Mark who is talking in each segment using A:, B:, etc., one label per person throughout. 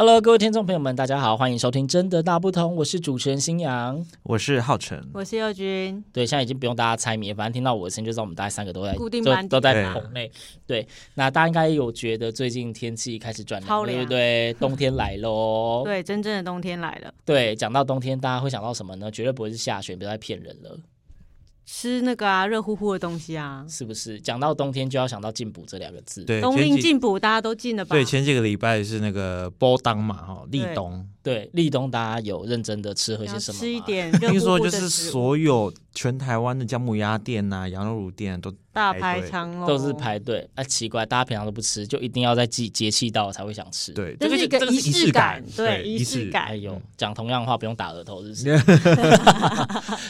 A: Hello，各位听众朋友们，大家好，欢迎收听《真的大不同》，我是主持人新阳。
B: 我是浩辰，
C: 我是佑君，
A: 对，现在已经不用大家猜谜了，反正听到我的声音就知道我们大家三个都在
C: 固定
A: 都
C: 班底
A: 都在
B: 对啊
A: 棚内。对，那大家应该有觉得最近天气开始转
C: 超
A: 凉，
C: 凉
A: 对不对？冬天来 喽。
B: 哦
C: 对，真正的冬天来了，
A: 对，讲到冬天，大家会想到什么呢？绝对不会是下雪，不要再骗人了，
C: 吃那个啊热乎乎的东西啊，
A: 是不是？讲到冬天就要想到进补这两个字。
B: 对，
C: 冬
B: 前
C: 令
B: 几
C: 进补，大家都进了吧？
B: 对，前几个礼拜是那个波当嘛，哈，立
C: 对
B: 冬。
A: 对，立冬大家有认真的吃喝
C: 然
A: 些
C: 后
A: 什么吗？
C: 吃一点热乎乎
B: 啊 听
C: 的
B: 说就是
C: 食物
B: 所有全台湾的姜母鸭店呐、羊肉乳店、都
C: 大
B: 排
C: 排
B: 队
C: 长龙，
A: 都是。排队，啊，奇怪，大家平常都不吃，就一定要在季节气到了才会想吃。，
B: 对，
C: 这是
B: 这
C: 一
B: 是
C: 个
B: 这个
C: 仪
B: 是仪
C: 式
B: 式
C: 感
B: 感，，
C: 对仪式
B: 式。
A: 哎
C: 感。
A: 呦，讲同样的话不用打额头，是不是？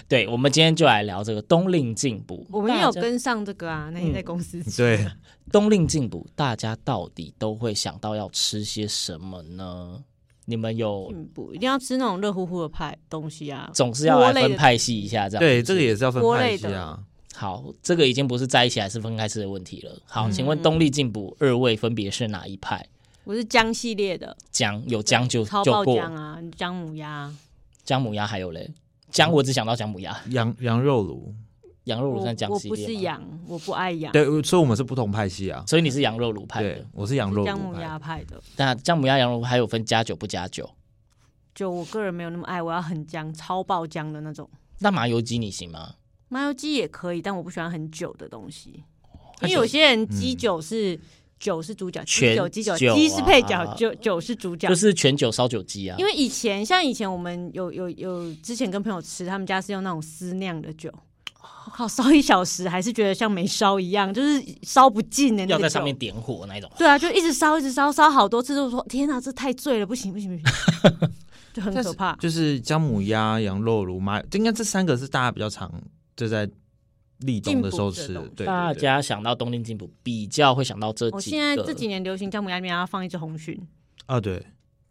A: 对，我们今天就来聊这个冬令进补。
C: 我们也有
A: 大家
C: 跟上这个啊，那天在
A: 嗯
C: 公司吃，
B: 对，
A: 冬令进补，大家到底都会想到要吃些什么呢？你们有
C: 进补一定要吃那种热乎乎的派东西啊，
A: 总是要来分派系一下，这样
B: 对，
A: 是不
B: 这
A: 是
B: 个也是要分
C: 锅
B: 派
C: 类
B: 系
C: 的
B: 啊。
A: 好，这个已经不是在一起还是分开吃的问题了。
B: 嗯
A: 好，请问冬令进补二位分别是哪一派？
C: 我是姜系列的，
A: 姜有姜就
C: 超
A: 就
C: 爆
A: 过，
C: 姜啊，姜母鸭、
A: 姜母鸭还有嘞，姜我只想到姜母鸭，
B: 羊羊肉炉，
A: 羊肉
C: 我
A: 炉算姜
C: 我
A: 系
C: 不
A: 列
C: 是
A: 吗，
C: 羊，我不爱羊，
B: 对，所以我们是不同派系啊。
A: 所以你是羊肉炉派
B: 对
A: 的。，
B: 我是羊
C: 我
B: 肉
C: 是
B: 炉
C: 姜母
B: 派
C: 鸭派的。
A: 那姜母鸭、羊肉炉还有分加酒不加酒？
C: 就我个人没有那么爱，我要很姜，超爆姜的那种。
A: 那麻油鸡你行吗？
C: 麻油鸡也可以，但我不喜欢很久的东西，
A: 它
C: 因为
A: 酒
C: 有些人鸡酒是、酒是主角，鸡
A: 全
C: 酒鸡酒
A: 酒
C: 鸡是配角，
A: 啊
C: 酒酒是主角。
A: 就是全酒烧酒鸡啊
C: 因。为以前像以前我们有有有之前跟朋友吃，他们家是用那种私酿的酒，我靠，烧一小时还是觉得像没烧一样，就是烧不尽的那个
A: 要
C: 酒。
A: 在上面点火那一种，
C: 对啊，就一直烧，一直烧，烧好多次，就说天哪、这太醉了，不行不行不行，就很
B: 但
C: 可
B: 是
C: 怕。
B: 就是姜母鸭、羊肉炉、麻，应该这三个是大家比较常就在立冬的时候吃
C: 进补
B: 的
C: 的东西。
B: 对，对
A: 大
B: 对
A: 家想到冬令进补，比较会想到这
C: 我
A: 几
C: 现在
A: 个
C: 这几年流行姜母鸭里面要放一只红鲟，
B: 啊，对，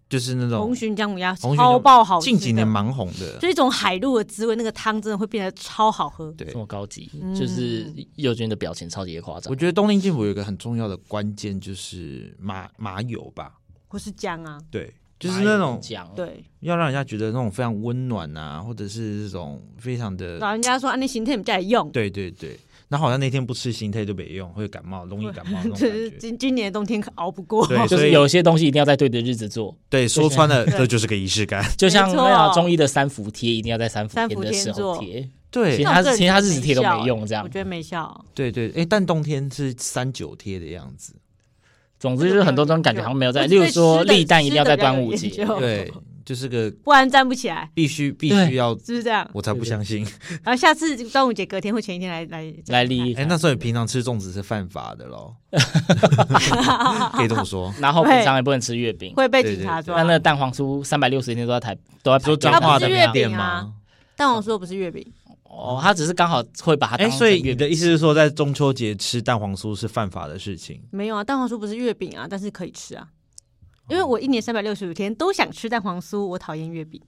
B: 就是那种
C: 红鲟姜母鸭
B: 红鲟
C: 超
B: 就
C: 爆好吃的，
B: 近几年蛮红的
C: 就。一种海陆的滋味，那个汤真的会变得超好喝。
B: 对
A: 这，么高级，
C: 嗯
A: 就是佑君的表情超级夸张
B: 我。觉得冬令进补有一个很重要的关键就是麻麻油吧，
C: 或是姜啊，
B: 对，就是那种
A: 讲
C: 对，
B: 要让人家觉得那种非常温暖啊，或者是这种非常的，
C: 老人家说啊，那形态我们再来用，
B: 对对对。然后好像那天不吃心态就没用，会感冒，容易感冒那种
C: 就
B: 感
C: 是
B: 觉。
C: 今今年的冬天熬不过。
B: 对，
A: 就
B: 所
A: 是
B: 以
A: 有些东西一定要在对的日子做，
B: 对说穿了，这就是个仪 式感。
A: 就像
C: 没错
A: 那个中医的三伏贴，一定要在三伏
C: 三
A: 天
C: 伏
A: 的
C: 天
A: 时候
C: 做
A: 贴。其
B: 对
A: 实
C: 那
A: 他
C: 我个人
A: 其实他日
C: 觉得
A: 子贴都
C: 效
A: 没用，这样
C: 我。觉得没效。
B: 对对，哎，但冬天是三九贴的样子。
A: 总之就是很多种感觉好像没有在，
C: 我
A: 例
C: 觉得
A: 如说
C: 吃的
A: 立蛋一定要在端午
C: 吃的比较
A: 节
C: 有，研究
B: 对，就是个
C: 不然站不起来，
B: 必须必
A: 哦对
B: 须要，
C: 是不是这样？
B: 我才不相信。
C: 然后下次端午节隔天或前一天来来
A: 来 立一
B: 哎，
A: 看。
B: 那所以平常吃粽子是犯法的喽，可以这么说。
A: 然后平常也不能吃月饼。
C: 会被
B: 对
C: 警察
B: 对对
A: 那
C: 抓
A: 那。个蛋黄酥三百六十天都在台都在排
B: 说
A: 队
B: 彰
C: 它
B: 化
C: 不
B: 的
C: 是月
B: 面
C: 饼
B: 店
C: 啊
B: 吗？
C: 蛋黄酥不是月饼，
A: 哦，他只是刚好会把它
B: 哎、
A: 当成
B: 所以
A: 哦月
B: 你
A: 饼
B: 的意思是说，在中秋节吃蛋黄酥是犯法的事情？
C: 没有啊，蛋黄酥不是月饼啊，但是可以吃啊。因为我一年三百六十五天都想吃蛋黄酥，我讨厌月饼。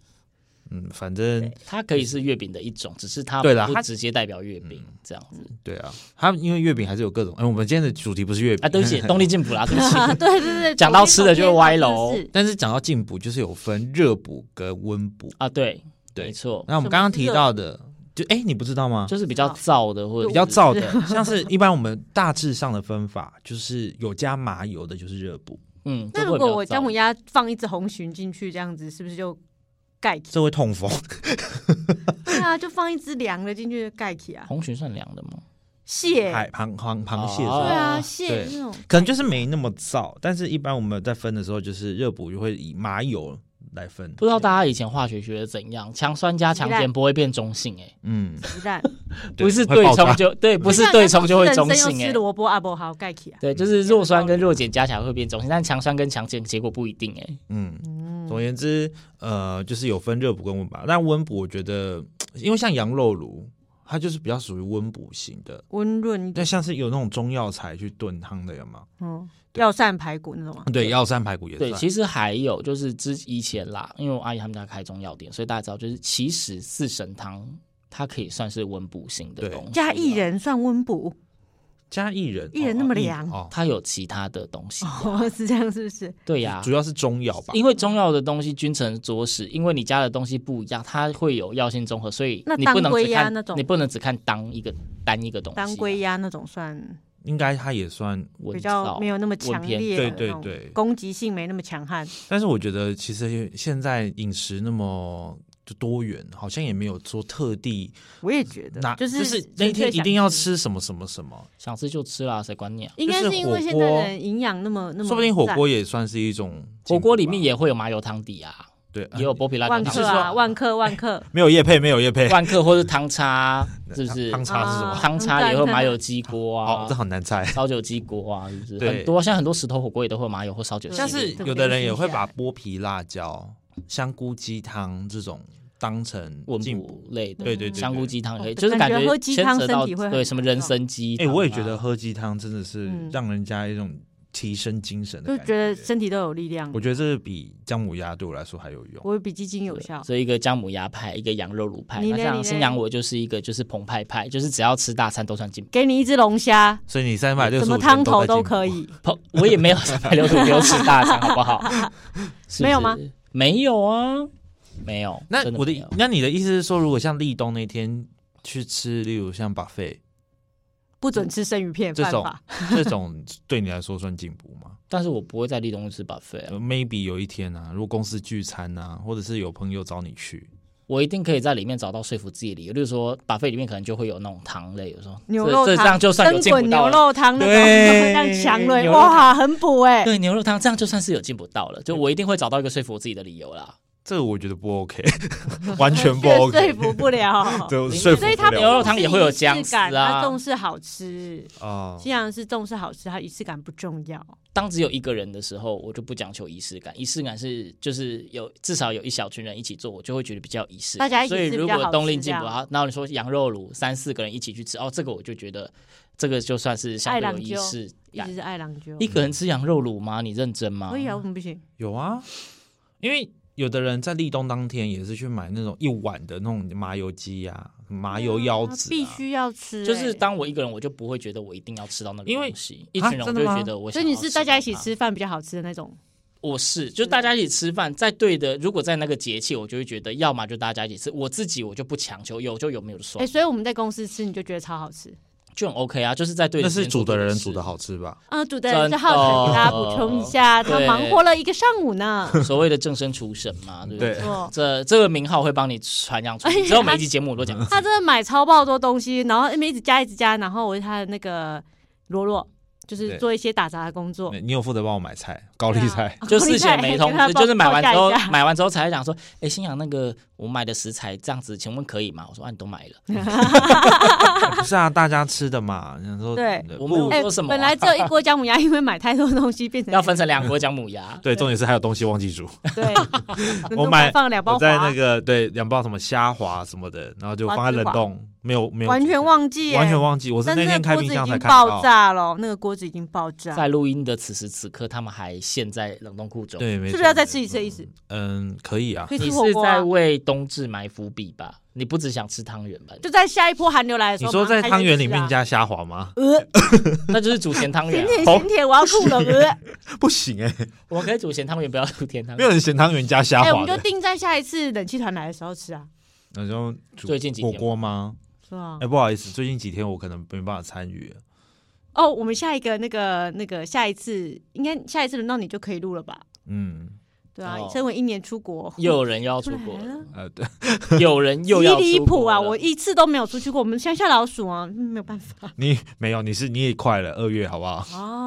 B: 嗯，反正
A: 它可以是月饼的一种，只是它
B: 对啦
A: 不
B: 它
A: 直接代表月饼这样子
B: 对啊，他因为月饼还是有各种。哎、我们今天的主题不是月饼
A: 啊。对不起，动力进补啦，对 不
C: 啊，
A: 起。
C: 对对对对，
A: 讲到吃的就会歪楼
C: 昨天
B: 但是讲到进补，就是有分热补跟温补。
A: 啊，对，
B: 对
A: 没错，
B: 那我们刚刚提到的，就哎、你不知道吗？
A: 就是比较燥的或者
B: 比较燥的，像是一般我们大致上的分法，就是有加麻油的，就是热补，
A: 嗯。
C: 那
A: 这
C: 如
A: 会比较
C: 果我姜母
A: 燥
C: 鸭放一只红鲟进去，这样子是不是就盖起？
B: 这会痛风。
C: 对啊，就放一只凉的进去就盖起啊。
A: 红鲟算凉的吗？
C: 蟹，
B: 海螃螃螃蟹是
C: 对
B: 吧，
C: 啊，
A: 哦
C: 蟹
B: 对
C: 那种
B: 可能就是没那么燥，但是一般我们在分的时候，就是热补就会以麻油来分。
A: 不知道大家以前化学学的怎样？强酸加强碱不会变中性哎、
B: 嗯，
C: 鸡 蛋，
A: 不是
B: 会
A: 对
B: 爆炸
A: 冲就对，不是对冲就会中
C: 人参
A: 性
C: 又
B: 欸
A: 哎、
C: 吃萝卜啊不好盖起啊。
A: 对，就是弱酸跟弱碱加起来会变中性，但强酸跟强碱结果不一定哎、
B: 嗯，总而言之，呃，就是有分热补跟温补吧。但温补我觉得，因为像羊肉炉，它就是比较属于温补型的。
C: 温润一
B: 但
C: 点，
B: 像是有那种中药材去炖汤的，有吗？
C: 嗯，
B: 对
C: 药膳排骨那种吗？啊
B: 对，药膳排骨也
A: 对，
B: 算。
A: 其实还有就是之以前啦，因为我阿姨他们家开中药店，所以大家知道，就是其实四神汤它可以算是温补型的
B: 对
A: 东西，啊
C: 加
B: 啊
C: 薏，仁算温 补，
B: 加薏仁，
C: 薏仁那么凉
B: 哦，
A: 它有其他的东西，
B: 啊
C: 哦， 是这样是不是？
A: 对呀、
B: 主要是中药吧？
A: 因为中药的东西君臣佐使，因为你加的东西不一样，它会有药性综合，所以
C: 那
A: 你不
C: 当
A: 能
C: 归
A: 只
C: 呀
A: 看
C: 那种
A: 你不能只看当一个单一个东西啊、
C: 当归鸭那种算
B: 应该它也算，
A: 文
C: 比较
A: 藻
C: 没有那么
A: 文
C: 强
A: 片
C: 烈的
B: 对
C: 那
B: 对
C: 种，
B: 对。
C: 攻击性没那么强悍。
B: 但是我觉得其实现在饮食那么就多元，好像也没有说特地
C: 我也觉得
B: 哪，，
C: 是
B: 是那
C: 纯粹
B: 天一
C: 想
B: 定要，吃什么什么什么，
A: 想吃就吃啦，谁管你啊？
C: 应该
B: 就是是
C: 因
B: 火
C: 为现在
B: 锅
C: 人营养那么那么赞，
B: 说不定火锅也算是一种进步吧。
A: 火锅里面也会有麻油汤底啊，
B: 对，
A: 也有剥皮辣椒
C: 万
A: 汤
C: 克
A: 底
C: 啊，万克万 克，
B: 没有叶配，没有叶配，
A: 万克或是汤 叉，是不是？
B: 汤叉是什么？
C: 啊
A: 汤叉也会有麻油鸡锅
B: 哦
A: 啊，
B: 这，好难 猜。
A: 烧酒鸡锅啊，是不是？
B: 对
A: 很多现在很多石头火锅也都会有麻油或烧酒鸡锅。
B: 像是
C: 对
B: 有的人也会把剥皮辣椒、香菇鸡汤这种当成
A: 温
B: 进补。
A: 补类的，
B: 对对对对
A: 香菇鸡汤也可以，
C: 哦
A: 就是
C: 感
A: 感
C: 觉
A: 觉
C: 喝鸡汤
A: 牵扯到
C: 身体会很
A: 对什么人参鸡
B: 哎、
A: 汤啊。
B: 我也觉得喝鸡汤真的是
C: 嗯
B: 让人家一种提升精神
A: 啊
B: 的
C: 就
B: 感
C: 觉得身体都有力量
B: 我。觉得这比姜母鸭对我来说还有用。
C: 我比基金有效，
A: 所以一个姜母鸭派，一个羊肉卤派，
C: 啊你呢
A: 那
C: 你
A: 像
C: 呢
A: 新娘我就是一个就是澎湃派，就是只要吃大餐都算进补。
C: 给你一只龙虾，
B: 所以你三百六
C: 什
B: 十
C: 么
B: 五
C: 汤头都可。以。
A: 澎我也没有三百六十五吃大餐，好 不好？是不是
C: 没有吗？
A: 没有啊，没有。
B: 那
A: 真的
B: 我
A: 没有
B: 的，那你的意思是说，如果像立冬那天去吃，例如像 buffet
C: 不准吃生鱼片，
B: 这
C: 犯
B: 种
C: 法。
B: 这种，对你来说算进步吗、
A: 但是我不会在立冬吃 buffet 啊
B: 呃、？Maybe 有一天啊，如果公司聚餐啊，或者是有朋友找你去，
A: 我一定可以在里面找到说服自己的理由，例如说，把费里面可能就会有那种汤类，有时候
C: 牛肉
A: 这这样就
C: 汤、
A: 算有
C: 生
A: 进
C: 滚
A: 步
C: 牛
A: 到了。
C: 肉汤那种，
B: 对
C: 这样强了，
A: 牛肉汤
C: 哇，很补 哎。
A: 对牛肉汤，这样就算是有进步到了，
C: 嗯
A: 就我一定会找到一个说服我自己的理由啦。
B: 这个我觉得不 OK，完 全 不
C: 这个
B: OK，。
C: 说服不了
B: 就说服不
C: 所
B: 了。
C: 以他
A: 牛肉汤也会有姜丝啊哦
C: 感，他重视好吃。
B: 啊，
C: 既然是重视好吃，它仪式感不重要。
A: 当只有一个人的时候，我就不讲求仪式感。仪式感是就是有至少有一小群人一起做，我就会觉得比较有仪式感。
C: 大家一起吃
A: 所以
C: 比
A: 如
C: 较
A: 果
C: 好
A: 冬
C: 吃
A: 令进补
C: 这样
A: 啊，然后你说羊肉炉三四个人一起去吃，哦，这个我就觉得这个就算是相对有仪式
C: 一
A: 感
C: 直。是爱郎酒
A: 一，个人吃羊肉炉吗？你认真吗？
C: 可以啊，为什么不行？
B: 有啊，因为有的人在立冬当天也是去买那种一碗的那种麻油鸡啊、麻油腰子、啊，
C: 必。须要吃欸。
A: 就是当我一个人，我就不会觉得我一定要吃到那个
B: 因为
A: 东西。一
C: 啊
A: 群人，我
B: 真
A: 就
B: 的
A: 会
B: 吗
A: 觉得我
C: 所
A: 想
C: 以
A: 要
C: 你是
A: 吃啊
C: 大家
A: 到
C: 一起
A: 它
C: 吃饭比较好吃的那种。
A: 我是，就是大家一起吃饭，在对的，如果在那个节气，我就会觉得，要么就大家一起吃，我自己我就不强求，有就有，没有就算
C: 哎，，所以我们在公司吃，你就觉得超好吃。
A: 就很 OK 啊，就是在对
B: 那
A: 的。
B: 是煮的人煮的。好吃吧？
C: 嗯，主持人
A: 真
C: 是
A: 的
C: 浩辰，给大家补充一下，他
A: 对
C: 忙活了一个上午 呢。哦
A: 所谓的正身厨神嘛，对不对？
B: 对
C: 错，
A: 这这个名号会帮你传扬出
C: 哎
A: 去，之后每一期节目我 都讲。
C: 他真的买超爆多东西，然后一直加一直加，然后我是他的那个罗罗，就是
B: 对
C: 做一些打杂的工作。
B: 你有负责帮我买菜，高
C: 啊
B: 丽菜。
A: 就事 前没通
C: 跟他
A: 知，就是买完之
C: 报
A: 后
C: 价一下，
A: 买完之后才会讲说，哎，新阳那个我买的食材这样子，请问可以吗？我说啊，你都 买了，
B: 不是啊，大家吃的嘛。然后
C: 对
A: 我没有
B: 不
C: 哎
A: 说什么啊
C: 本来只有一锅姜母鸭，因为买太多东西变成
A: 要分成两锅姜母鸭。
B: 对，重点是还有东西忘记煮。
C: 对，
B: 我买
C: 放了两包
B: 我在那
C: 华，
B: 个对两包什么虾滑什么的，然后就放在冷冻，没有没有
C: 完全忘记耶，哎
B: 完全忘记。我是
C: 但
B: 那
C: 是
B: 天
C: 那
B: 开
C: 锅
B: 冰
C: 子
B: 箱
C: 已
B: 才
C: 经
B: 看到
C: 爆。炸了，那个锅子已经爆炸，
A: 在录音的此时此刻，他们还陷在冷冻库中。
B: 对，没
C: 是不
B: 错
C: 是要再吃一次的意思？
B: 嗯，可以啊
C: 可。以
A: 你
C: 吃火
A: 是
C: 锅啊
A: 在，为冬至埋伏笔吧？你不只想吃汤圆吧？
C: 就在下一波寒流来的时
B: 你
C: 候，
B: 说在
C: 马上开
B: 汤
C: 始
B: 圆里面
C: 吃啊
B: 加虾滑吗？
C: 呃
A: 那就是煮咸汤
C: 咸
A: 圆啊、
C: 甜咸甜，我要吐了呃。
B: 不行哎，
A: 我们可以煮咸汤圆，不要煮甜汤
B: 没有
A: 圆。
B: 人嫌汤圆加虾
C: 哎，我
B: 滑
C: 们
B: 的
C: 就。定在下一次冷气团来的时候吃啊，
B: 那就煮
A: 最近几
B: 火
A: 天
B: 锅吗？
C: 是吧
A: 嗯
B: 哎、？不好意思，最近几天我可能没办法参与。
C: 哦，我们下一个那个那个下一次应该下一次轮到你就可以录了吧？
B: 嗯，
C: 对啊，
A: 哦
C: 身为一年出国
A: 又有人又要
C: 出
A: 出
C: 来啊
A: 国了，
C: 了。
B: 呃， 对，
A: 有人又
C: 极
A: 要
C: 离
A: 出
C: 谱
A: 国
C: 啊！
A: 了
C: 我一次都没有出去过，我们乡下老鼠啊，没有办 法
B: 你没有，你是你也快了，二月好不好？
C: 哦。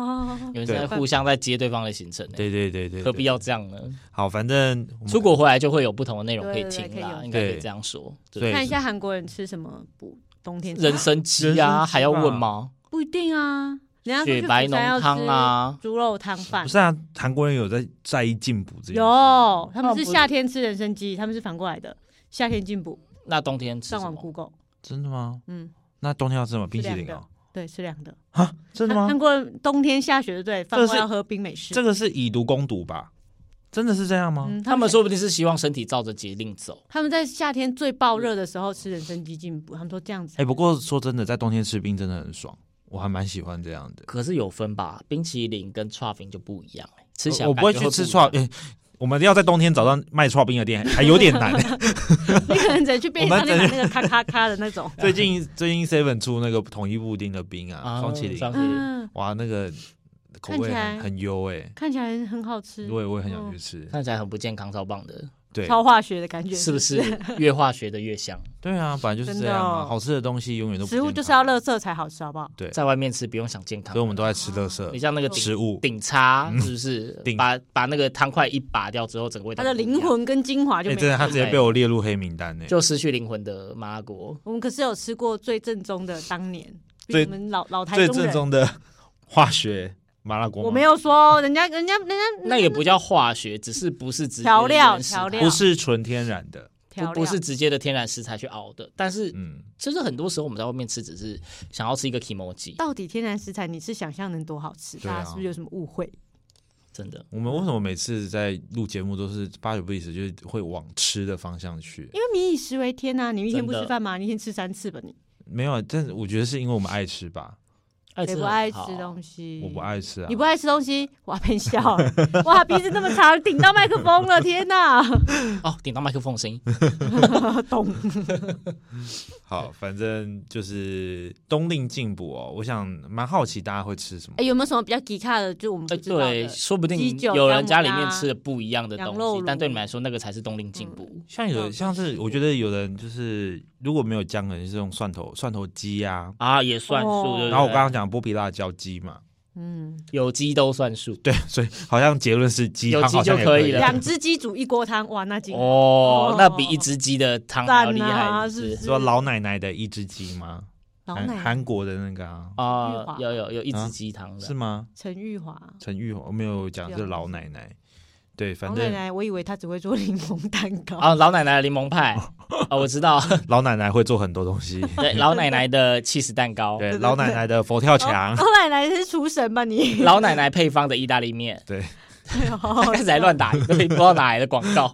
A: 你们现在
C: 对
A: 互相在接对方的行程、欸，
B: 对对对对，
A: 何必
B: 对
A: 要这样呢？
B: 好？反正我们
A: 出国回来就会有不同的内容可
C: 对
A: 以
C: 对对
A: 听啦
C: 可以，有
A: 应该可以
B: 对
A: 这样说。
B: 对
C: 看一下韩国人吃什么补冬天
A: 人参鸡
B: 人参鸡
A: 啊，
B: 啊
A: 还要问吗？
C: 不一定啊，人家说去
A: 雪白
C: 釜山要
A: 浓汤啊
C: 吃，猪肉汤饭
B: 不是啊，韩国人有在在意进补这件事
C: 有，他们
A: 哦不
C: 是
A: 是
C: 夏天吃人参鸡，他们是反过来的，夏天进补。
A: 那冬天吃
C: 上
A: 什
C: 网
A: 么？
C: Google，
B: 真的吗？
C: 嗯，
B: 那冬天要吃什么？冰淇
C: 两
B: 淋
C: 个
B: 哦，
C: 对，吃凉的。
B: 啊，真的吗
C: 韩？国人冬天下雪，对，饭
B: 这
C: 后
B: 是
C: 要喝冰美式。
B: 这个是以毒攻毒吧？真的是这样吗？
C: 嗯，
A: 他们
C: 说
A: 说不定是希望身体照着节令走。
C: 他们在夏天最爆热的时候吃人参鸡进补，他们说这样子
B: 哎、。不过说真的，在冬天吃冰真的很爽，我还蛮喜欢这样的。
A: 可是有分吧，冰淇淋跟刨冰就不一样、欸，吃起来
B: 我我不会
A: 感
B: 去
A: 觉
B: 吃
A: 一
B: 串
A: 样，
B: 哎我们要在冬天找到卖串冰 的店还有点难。哎
C: 你可能只能去便利商店
B: 我
C: 买
B: 们
C: 那个咔咔咔的那 种。
B: 最近最近 Seven 出那个统一布丁的冰啊，
A: 啊
B: 双麒
A: 双
B: 麟，
A: 麒麟。
C: 嗯，
B: 哇，那个口
C: 看起
B: 味
C: 来
B: 很很优哎、
C: 看起来很好吃
B: 对，，我也很想去吃。
A: 看起来很不健康，超棒的，
B: 对
C: 超化学的感觉，
A: 是不？是？ 越化学的越香，
B: 对啊，本来就是
C: 真
B: 这
C: 的
B: 样啊，
C: 哦
B: 好吃的东西永远都不
C: 食物
B: 健
C: 就是
B: 康
C: 要乐色才好吃，好不好？
B: 对，
A: 在外面吃不用想健康
B: 所以。我们都在吃垃圾
A: 你像那个
B: 食
A: 顶
B: 物。
A: 顶叉是不是？
B: 嗯顶
A: 把把那个汤块一拔掉之后，整个味
C: 它
A: 道
C: 的
A: 不一
C: 灵
A: 样
C: 魂跟精华就
B: 哎，
C: 没
B: 真
C: 有。
B: 的，他直接被我列入黑名单呢。
A: 就失去灵魂的麻辣锅。
C: 我们可是有吃过最正宗的，当年
B: 最
C: 我们老老台
B: 最
C: 中
B: 正
C: 人，
B: 宗的化学麻辣锅吗，
C: 我没有说人家人家人家
A: 那也不叫化学，只是不是直接
C: 嗯调料
A: 原始
C: 调料
B: 不是纯天然的。
C: 调料
A: 不不是直接的天然食材去熬的。但是
B: 嗯，
A: 就是很多时候我们在外面吃，只是想要吃一个 k i m o j i
C: 到底天然食材，你是想象能多好吃？
B: 对啊
C: 大家是不是有什么误会？
A: 真的
B: 我们为什么每次在录节目都是八九不离十，就是会往吃的方向去？
C: 因为民以食为天呐、你一天不
A: 真的
C: 吃饭吗？你一天吃三次吧你，
B: 没有，啊但是我觉得是因为我们爱吃吧，
A: 爱吃
C: 谁不
A: 很
C: 爱吃
A: 啊好
C: 东西？
B: 我不。爱吃啊
C: 嗯你。不爱吃东西，哇，被笑了！ 哇，鼻子那么长，顶到麦克风了，天哪！
A: 哦，顶到麦克风的声音。
C: 懂。
B: 好，反正就是冬令进补哦。我想蛮好奇大家会吃什么
C: 哎，。有没有什么比较吉卡的？就 我们不
A: 哎，
C: 知道的
A: 对，说不
C: 鸡
A: 定
C: 酒
A: 有
C: 姜
A: 人
C: 母
A: 家里
C: 鸭
A: 面吃的不一样的
C: 羊
A: 东
C: 肉
A: 西，但对你
C: 炉
A: 们来说，那个才是冬令进补。
B: 像有
C: 嗯
B: 像是我觉得有人就是如果没有姜，可能是用蒜头蒜头鸡啊。
A: 啊，也算数。
C: 哦
A: 对不
B: 然后我
A: 对
B: 刚刚讲剥皮辣椒鸡嘛，
C: 嗯，
A: 有鸡都算数。
B: 对，所以好像结论是鸡
A: 有
B: 汤
A: 鸡
B: 好像
A: 就
B: 也
A: 可以
B: 以
A: 了
C: 嗯两只鸡煮一锅汤，哇，那劲
A: 哦
C: 哦，
A: 那比一只鸡的汤还要厉
C: 赞啊
A: 害，
C: 是不
A: 是
C: 是
B: 说老奶奶的一只鸡吗？
C: 老
B: 韩
C: 奶奶
B: 韩国的那个啊，
C: 玉
A: 啊
C: 华，
A: 有有有一
B: 啊
A: 只鸡汤的
B: 是，吗？
C: 陈玉华。
B: 陈玉红没有讲
C: 对啊
B: 是老奶奶，对，反
C: 老奶
B: 正
C: 奶，我以为她只会做柠檬蛋糕，
A: 啊，老奶奶的柠檬 派啊，我知道，
B: 老奶奶会做很多东西，
A: 对，老奶奶的 cheese 蛋糕，
B: 对，老奶奶的佛跳 墙，
C: 老奶奶是厨神吧你？
A: 老奶奶配方的意大利面，
B: 对，
C: 哦
A: 开始还乱打一
C: 啊
A: 个，不知道哪来的广告。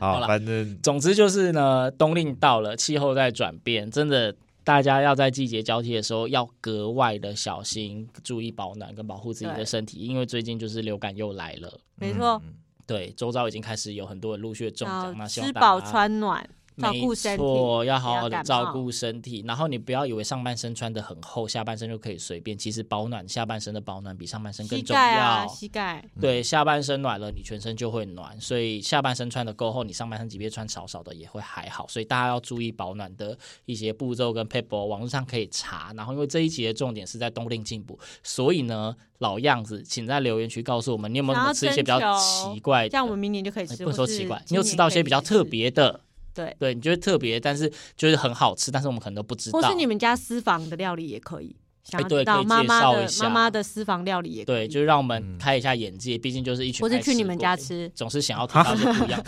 A: 好
B: 好，
A: 啦
B: 反正
A: 总之就是呢，冬令到了，气候在转变，真的。大家要在季节交替的时候，要格外的小心，注意保暖跟保护自己的
C: 对
A: 身体，因为最近就是流感又来了。
C: 没错，
B: 嗯
A: 对，周遭已经开始有很多人陆续中奖，那
C: 要
A: 希望
C: 吃
A: 大
C: 饱
A: 家
C: 穿暖，照
A: 没
C: 顾身体，
A: 错，要好
C: 不要
A: 好的
C: 感
A: 照
C: 冒
A: 顾身体。然后你不要以为上半身穿的很厚，下半身就可以随便。其实保暖，下半身的保暖比上半身更
C: 膝
A: 重
C: 盖
A: 要。
C: 啊，膝盖，
A: 对，下半身暖了，你全身就会暖，所以下半身穿的够厚，你上半身即便穿少少的也会还好。所以大家要注意保暖的一些步骤跟 paper，网络上可以查。然后因为这一集的重点是在冬令进补，所以呢，老样子，请在留言区告诉我们你有没有
C: 想要
A: 吃一些比较
C: 征求
A: 奇怪的，
C: 这样我们明年就可以
A: 哎
C: 吃。
A: 不能
C: 或
A: 说
C: 是
A: 奇怪，你
C: 今
A: 有
C: 年
A: 吃到一
C: 可
A: 些
C: 以
A: 比较
C: 去
A: 特
C: 吃，
A: 别的。
C: 对，
A: 对，你觉得特别，但是就是很好吃，但是我们可能都不知道。哎
C: 或是你们家私房的料理也可以，想要
A: 对
C: 知道
A: 可以
C: 妈
A: 介
C: 妈
A: 绍
C: 的
A: 一下
C: 妈妈的私房料理也可
A: 对，
C: 以，
A: 就是让我们开一下眼界，毕竟就是一群
C: 或
A: 爱
C: 是
A: 吃鬼。
C: 去你们家吃。
A: 总是想要听到就不一样，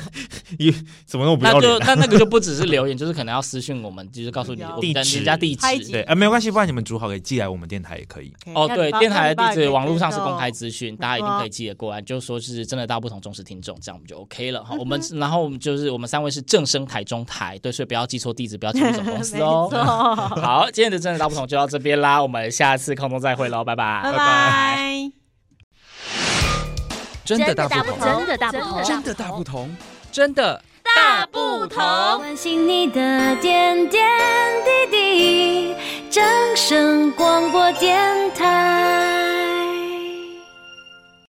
B: 咦，怎么那么不
A: 那
B: 要
A: 就
B: 脸啊？
A: 那那个就不只是留言，就是可能要私讯我们，就是告诉你
C: 地址
A: 我们的你家地
C: 开
A: 址。
C: 集
B: 对，啊，没有关系，不然你们煮好可以寄来我们电台也可以。
C: OK，
A: 哦，
C: 要
A: 对
C: 礼，拜
A: 电台
C: 要
A: 的
C: 礼
A: 地
C: 拜
A: 址
C: 可以
A: 网络上
C: 接
A: 是
C: 受
A: 公开资讯，大家一定
C: 没错。
A: 可以记得过来，就说是真的大不同忠实听众，这样我们就 OK 了哈。我们然后我们就是我们三位是正声台中台，对，所以不要记错地址，不要记错总公司哦
C: 没错
A: 好，今天的真的大不同就到这边啦，我们下次空中再会喽，拜拜，
C: 拜拜。
D: 真的大不同，
E: 真的大不同，
D: 真的大不同，真的
E: 大不同关心你的点点